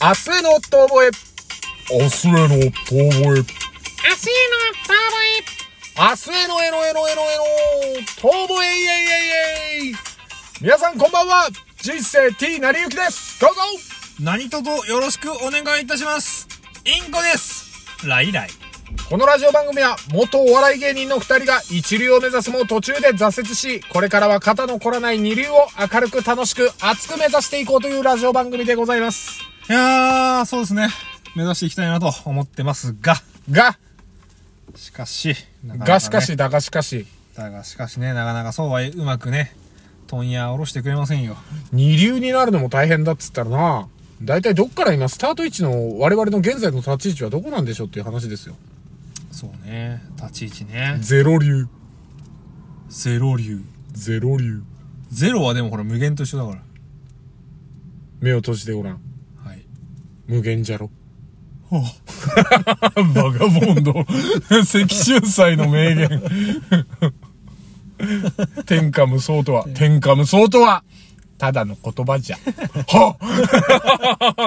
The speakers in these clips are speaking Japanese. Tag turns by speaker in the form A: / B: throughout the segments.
A: 明日の遠吠え。
B: 明日への遠吠え。明日への遠吠
A: 明日への遠吠え。明日へのえのえのえのえの遠吠えイエイエイエイ皆さんこんばんは人生 T なりゆきですどうぞ
B: え。何卒よろしくお願いいたします。インコです。ライライ。
A: このラジオ番組は元お笑い芸人の二人が一流を目指すも途中で挫折し、これからは肩の凝らない二流を明るく楽しく熱く目指していこうというラジオ番組でございます。
B: いやー、そうですね。目指していきたいなと思ってますが、
A: が、
B: しかし、なかなかね
A: がしかし。だがしかし、
B: だがしかしね、なかなかそうはうまくね、問屋下ろしてくれませんよ。
A: 二流になるのも大変だっつったらな、大体どっから今スタート位置の我々の現在の立ち位置はどこなんでしょうっていう話ですよ。
B: そうね、立ち位置ね。
A: ゼロ流。
B: ゼロ流。
A: ゼロ流。
B: ゼロはでもほら無限と一緒だか
A: 目を閉じてごらん。
B: ら。はい。
A: 無限じゃろ。
B: バガボンド。赤春祭の名言。
A: 天下無双とは、天下無双とは、ただの言葉じゃ。は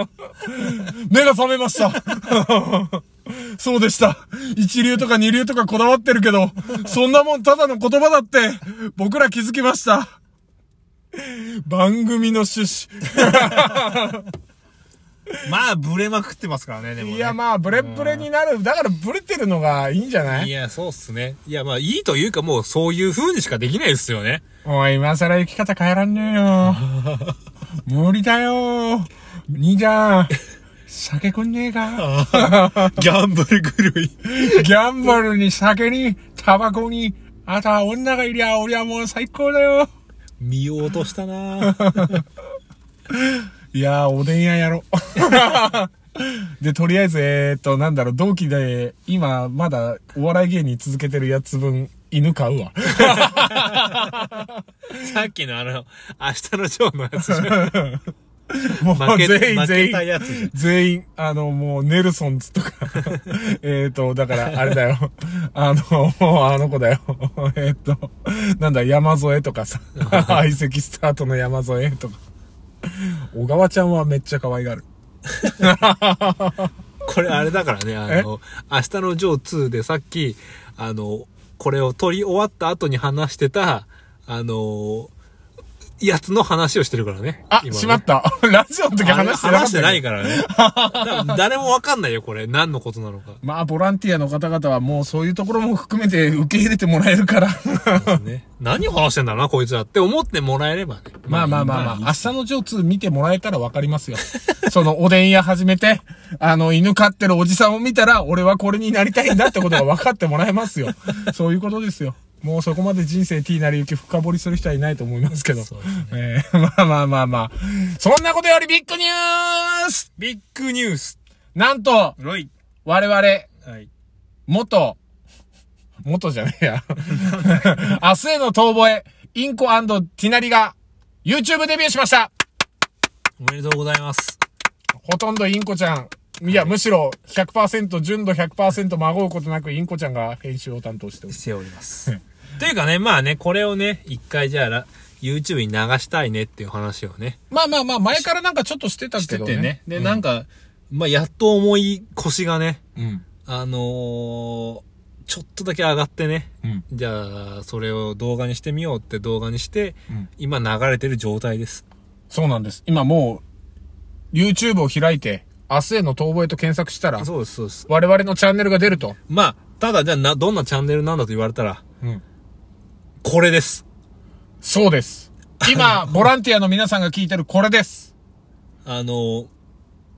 A: っ 目が覚めました。 そうでした。一流とか二流とかこだわってるけど、そんなもんただの言葉だって、僕ら気づきました。番組の趣旨。
B: まあ、ブレまくってますからね、でも、ね。
A: いや、まあ、ブレッブレになる。だからブレてるのがいいんじゃないい
B: や、そうっすね。いや、まあ、いいというか、もう、そういう風にしかできないですよね。
A: おい、今更生き方変えらんねえよ。無理だよ。兄ちゃん、酒くんねえ か。
B: ギャンブル狂い。
A: ギャンブルに酒に、タバコに、あとは女がいりゃ俺はもう最高だよ。
B: 見ようとしたなぁ
A: いやー、おでん屋やろ。 で、とりあえず、えーっと、なんだろう、同期で、今、まだ、お笑い芸人続けてるやつ分、犬買うわ。
B: さっきのあの、明日のジョーのやつじゃん。
A: もう
B: 負け
A: 全員、
B: 負
A: 全
B: け
A: 員
B: たやつじゃん、
A: 全員、あの、もう、ネルソンズとか、 えっと、だから、あれだよ、あの、もうあの子だよ、 えっと、なんだ、山添とかさ、 相席スタートの山添とか、小川ちゃんはめっちゃ可愛がる。
B: これあれだからね、あの、明日のジョー2でさっき、あの、これを撮り終わった後に話してた、あの、やつの話をしてるからね。
A: あ、
B: 今ね
A: しまった。 ラジオの時話してなか
B: 話
A: っ
B: したて
A: よ
B: ない からね。だから誰もわかんないよ、これ。何のことなのか。
A: まあ、ボランティアの方々はもうそういうところも含めて受け入れてもらえるから。
B: ね、何を話してんだろうな、こいつらって思ってもらえればね。
A: まあまあまあまあ、
B: いい
A: 明日のジョー2見てもらえたらわかりますよ。 そのおでん屋始めて、あの、犬飼ってるおじさんを見たら、俺はこれになりたいんだってことが分かってもらえます よ。そういうことですよ。もうそこまで人生 T なりゆき深掘りする人はいないと思いますけど。
B: そうですね
A: えーまあまあまあまあ。そんなことよりビッグニュース
B: ビッグニュース。
A: なんと、
B: ロイ。
A: 我々、
B: はい。
A: 元、元じゃねえ や。明日への遠吠え、インコティナリが、YouTube デビューしました
B: おめでとうございます。
A: ほとんどインコちゃん。いや、むしろ100%、純度100%、まごうことなくインコちゃんが編集を担当してます。
B: しております。 というかね、まあね、これをね、一回じゃあら、YouTube に流したいねっていう話をね。
A: まあまあまあ、前からなんかちょっとしてた
B: し
A: け
B: て
A: ど
B: て
A: ね
B: ね。。で、なんか、まあ、やっと重い腰がね、
A: うん。
B: あのー、ちょっとだけ上がってね。
A: うん。
B: じゃあ、それを動画にしてみようって動画にして、
A: うん
B: 今流れてる状態です。
A: そうなんです。今もう、YouTube を開いて、明日への遠吠えと検索したら、
B: そうです、そうです。
A: 我々のチャンネルが出ると。
B: まあ、ただじゃあな、どんなチャンネルなんだと言われたら、
A: うん。
B: これです。
A: そうです。 今、ボランティアの皆さんが聞いてるこれです。
B: あのー、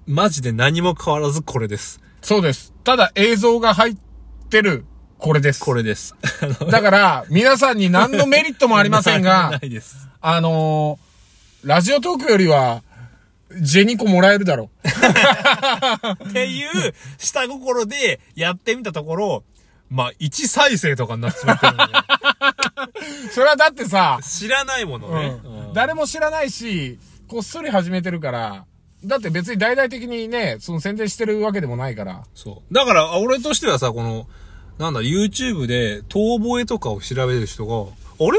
B: マジで何も変わらずこれです。
A: そうです。ただ映像が入ってる、これです。
B: これ です。あの
A: だから、皆さんに何のメリットもありません
B: な
A: が、
B: いです。
A: あのー、ラジオトークよりは、ジェニコもらえるだろ う。
B: っていう、下心でやってみたところ、まあ、1再生とかになってしまったので、
A: それはだってさ、
B: 知らないものね。うん
A: 誰も知らないし、こっそり始めてるから、だって別に大々的にね、その宣伝してるわけでもないから。
B: そう。だから、あ俺としてはさ、この、なんだ、YouTube で、遠吠えとかを調べる人が、あれ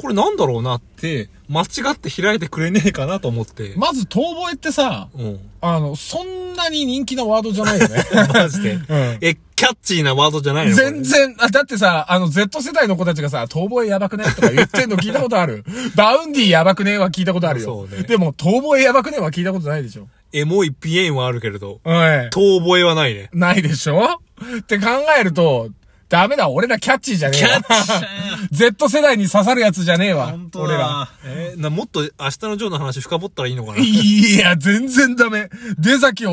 B: これなんだろうなって、間違って開いてくれねえかなと思って。
A: まず、遠吠えってさ、
B: うん。
A: あの、そんなに人気なワードじゃない よね。
B: マジ で。
A: うん
B: え、キャッチーなワードじゃないのこれ
A: 全然、あ、だってさ、あの、Z 世代の子たちがさ、遠吠えやばくねとか言ってんの聞いたことあ る。バウンディやばくねは聞いたことあるよ。
B: そうね
A: でも、遠吠えやばくねは聞いたことないでしょ。
B: エモいピエンはあるけれど、
A: うん。
B: 遠吠えはないね。
A: ないでしょって考えると、ダメだ、俺らキャッチーじゃねえわ。
B: キャッチー
A: Z 世代に刺さるやつじゃねえわ。俺ら。。
B: えーな、もっと明日のジョーの話深掘ったらいいのかな
A: いや、全然ダメ。出崎治へ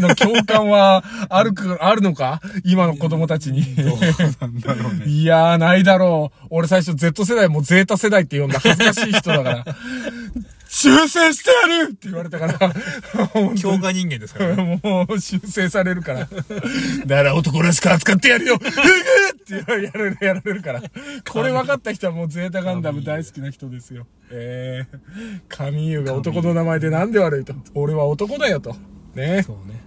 A: の共感 は、あるく、あるのか今の子供たちに。
B: なんだろうね。
A: いやー、ないだろう。俺最初 Z 世代もゼータ世代って呼んだ恥ずかしい人だ から。修正してやるって言われたから。本
B: 強化人間ですからね。
A: もう修正されるから。なら男らしく扱ってやるよふぐってやられる、やられるから。これ分かった人はもうゼータガンダム大好きな人ですよ。ええー。神優が男の名前でなんで悪いと。俺は男だよと。ね。
B: そうね。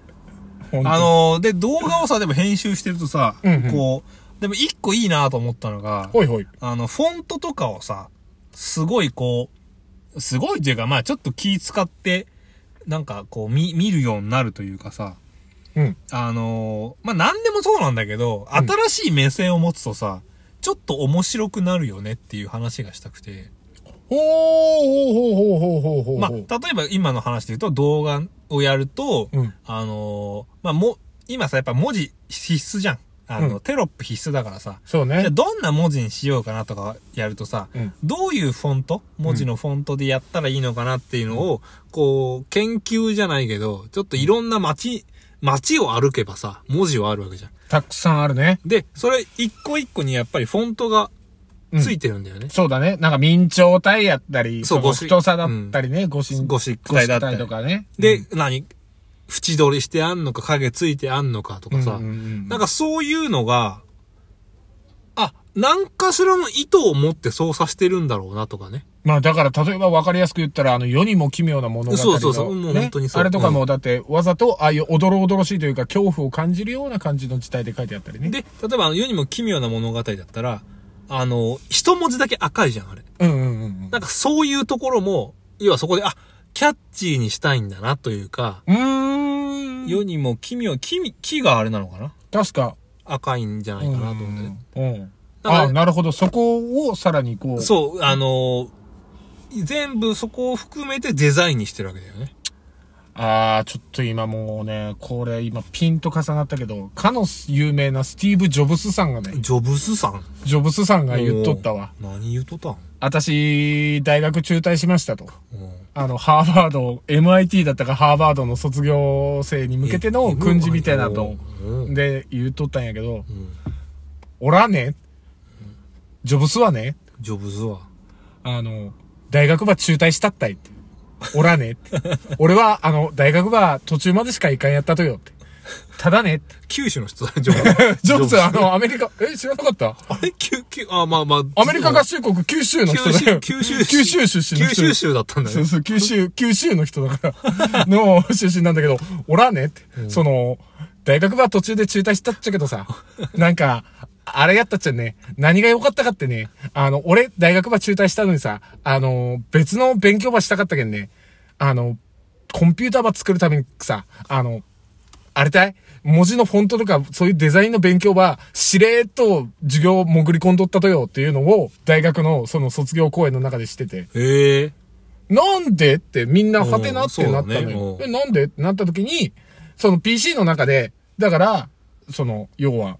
A: 本当
B: あ、のーで、動画をさ、でも編集してるとさ、
A: うんうん
B: こう、でも一個いいなと思ったのが、
A: ほいほい。
B: あの、フォントとかをさ、すごいこう、すごいっていうか、まあちょっと気使って、なんかこう、見、見るようになるというかさ、
A: うん。
B: あのーまあ何でもそうなんだけど、
A: うん
B: 新しい目線を持つとさ、ちょっと面白くなるよねっていう話がしたくて、
A: ほーほうほうほうほうほうほう。
B: まあ、例えば今の話で言うと動画をやると、
A: うん。
B: あのーまあ、も、今さ、やっぱ文字必須じゃん。あ
A: う
B: の、
A: ん
B: テロップ必須だからさ。
A: そう
B: じゃあ
A: ね。
B: どんな文字にしようかなとかやるとさ、
A: うん
B: どういうフォント文字のフォントでやったらいいのかなっていうのを、こう、研究じゃないけど、ちょっといろんな街、街を歩けばさ、文字はあるわけじゃん。
A: たくさんあるね。
B: で、それ一個一個にやっぱりフォントがついてるんだよね。
A: そうだね。なんか明朝体やったり、
B: そう
A: の
B: ごし
A: 太さだったりね、ご神
B: ゴシック体だったり
A: とかね。
B: で、何縁取りしてあんのか、影ついてあんのかと
A: う
B: か
A: ん、
B: さ、
A: うんうんうん
B: なんかそういうのが、あ、何かしらの意図を持って操作してるんだろうなとかね。
A: まあだから例えば分かりやすく言ったら、あの世にも奇妙な物語の、ね。
B: そうそうそうもう本当にそう
A: あれとかもだってわざとああいうおどろおどろしいというか恐怖を感じるような感じの字体で書いてあったりね。
B: で、例えばあの世にも奇妙な物語だったら、あの、一文字だけ赤いじゃん、あれ。
A: うんうんうん
B: なんかそういうところも、要はそこで、あ、キャッチーにしたいんだなというか、
A: うん。うーん。
B: 世にも奇妙、木、木があれなのかな
A: 確か。
B: 赤いんじゃないかなと思ってね。
A: うんうん。
B: だから
A: あ、なるほど。そこをさらにこう。
B: そう、あの全部そこを含めてデザインにしてるわけだよね。
A: ああ、ちょっと今もうね、これ今ピンと重なったけど、かの有名なスティーブ・ジョブスさんがね、
B: ジョブスさん
A: ジョブスさんが言っとったわ。。
B: おー何言っとったん
A: 私、大学中退しましたと。
B: うん
A: あの、ハーバード、MIT だったかハーバードの卒業生に向けての訓示みたいなと。
B: うん
A: で、言っとったんやけど、おらね、ジョブスはね、
B: ジョブズは。
A: あの、大学ば中退したったいって。おらね って。俺は、あの、大学ば途中までしか行かんやったとよって。ただねって。
B: 九州の 人だ、ジョブズ
A: ジョブスはあの、アメリカ、え、知らなかった
B: あれ九九あ、まあまあ。
A: アメリカ合衆国九州の人
B: 九
A: だ
B: 州、
A: よ。
B: 九州市
A: 九州出身の
B: 九
A: 人
B: 州州だったんだ
A: そ
B: ね
A: う。そう、九州、九州の人だ から、の出身なんだけど、おらねって、その、大学は途中で中退したっちゃけど さ、なんか、あれやったっちゃね、何が良かったかってね、あの、俺、大学は中退したのにさ、あの、別の勉強ばしたかったけんね、あの、コンピューターば作るためにさ、あの、あれたい文字のフォントとか、そういうデザインの勉強は、しれーっと授業を潜り込んどったとよっていうのを、大学のその卒業講演の中でしてて。
B: へえ。
A: なんでってみんなハテナってなっ
B: う
A: た
B: んそ
A: の
B: うだね
A: よ。
B: う
A: でなんでってなった時に、その PC の中で、だから、その、要は、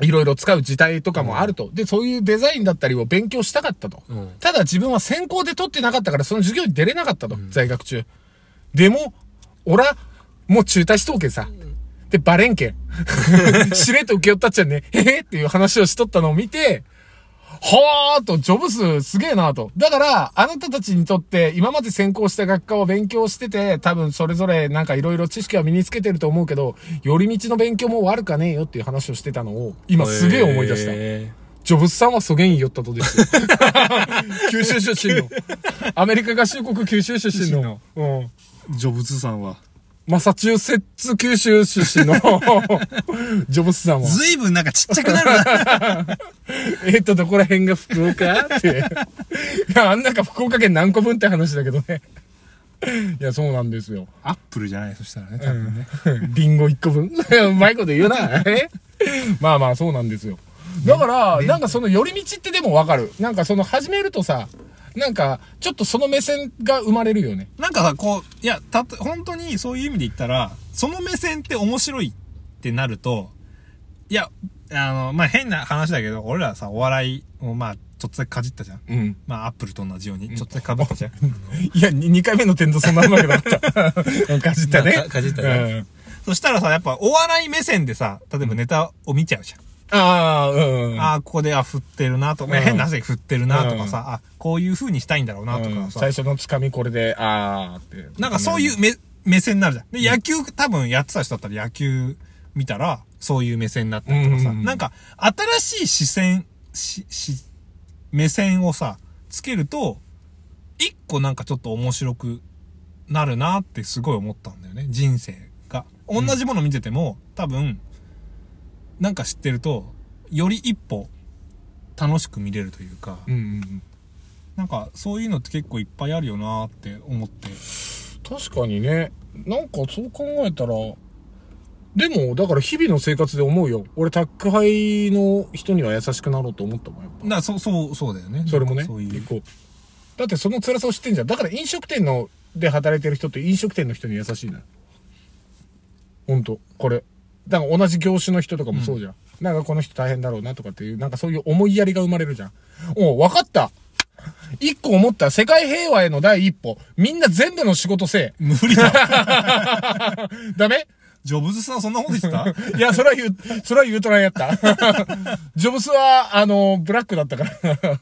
A: いろいろ使う字体とかもあると。で、そういうデザインだったりを勉強したかったと。
B: うん
A: ただ自分は専攻で取ってなかったから、その授業に出れなかったと。在学中。でも、俺は、もう中退しとうけんさ。で、バレンケ ン。しれっと受け負ったっちゃね、へへっていう話をしとったのを見て、はーと、ジョブスすげえなと。だから、あなたたちにとって、今まで専攻した学科を勉強してて、多分それぞれなんかいろいろ知識は身につけてると思うけど、寄り道の勉強も悪かねえよっていう話をしてたのを、今すげえ思い出した。
B: へ
A: ジョブスさんはそげん言いよったとです よ。九州 出身の。アメリカ合衆国九州出身の。うん。
B: ージョブズさんは。
A: マサチューセッツ九州出身のジョブスさんは、
B: ずいぶんなんかちっちゃくなるな。
A: えっと、どこら辺が福岡って。いや、あん中福岡県何個分って話だけどね。いや、そうなんですよ。
B: アップルじゃない、そしたらね、多分ね。
A: リンゴ1個分うまいこと言うな。えまあまあ、そうなんですよ。だから、なんかその寄り道ってでもわかる。なんかその始めるとさ、なんか、ちょっとその目線が生まれるよね。
B: なんかさ、こう、いや、たと、本当にそういう意味で言ったら、その目線って面白いってなると、いや、あの、まあ、変な話だけど、俺らさ、お笑いをまあ、ちょっとだけかじったじゃん。
A: うん。
B: まあ、アップルと同じように、ちょっとだけかぶったじゃん。
A: いや、2回目の点とそんなうまくな った。かじったね。
C: かかじったね
A: うん
B: そしたらさ、やっぱお笑い目線でさ、例えばネタを見ちゃうじゃん。
A: ああ、うん。
B: ああ、ここで、あ、振ってるなとか、
A: うん
B: 変な汗振ってるなとかさ、
A: う
B: あ、こういう風にしたいんだろうなと
A: う
B: か
A: ん
B: さ、
A: 最初のつかみこれで、ああって。
B: なんかそういう目、目線になるじゃん。で、野球、多分やってた人だったら野球見たら、そういう目線になったりとかさ、
A: うんうんうん
B: なんか、新しい視線、し、し、目線をさ、つけると、一個なんかちょっと面白くなるなってすごい思ったんだよね、人生が。同じもの見てても、多分、なんか知ってると、より一歩、楽しく見れるというか、
A: うんうんうん。
B: なんかそういうのって結構いっぱいあるよなって思って。
A: 確かにね。なんかそう考えたら、でも、だから日々の生活で思うよ。俺、宅配の人には優しくなろうと思ったもん、やっぱ。
B: な、そう、そう、そうだよね。
A: それもね。
B: そういう
A: 結。構だってその辛さを知ってんじゃん。だから飲食店の、で働いてる人って飲食店の人に優しいな。ほんと、これ。だから同じ業種の人とかもそうじゃん。なんかこの人大変だろうなとかっていう、なんかそういう思いやりが生まれるじゃん。おう、わかった一個思った。世界平和への第一歩。みんな全部の仕事せえ。
B: 無理だ。
A: ダメ
B: ジョブズさんそんなこと言ってた
A: いや、 それは言う、それは言うとらんやった。ジョブスは、あの、ブラックだったから。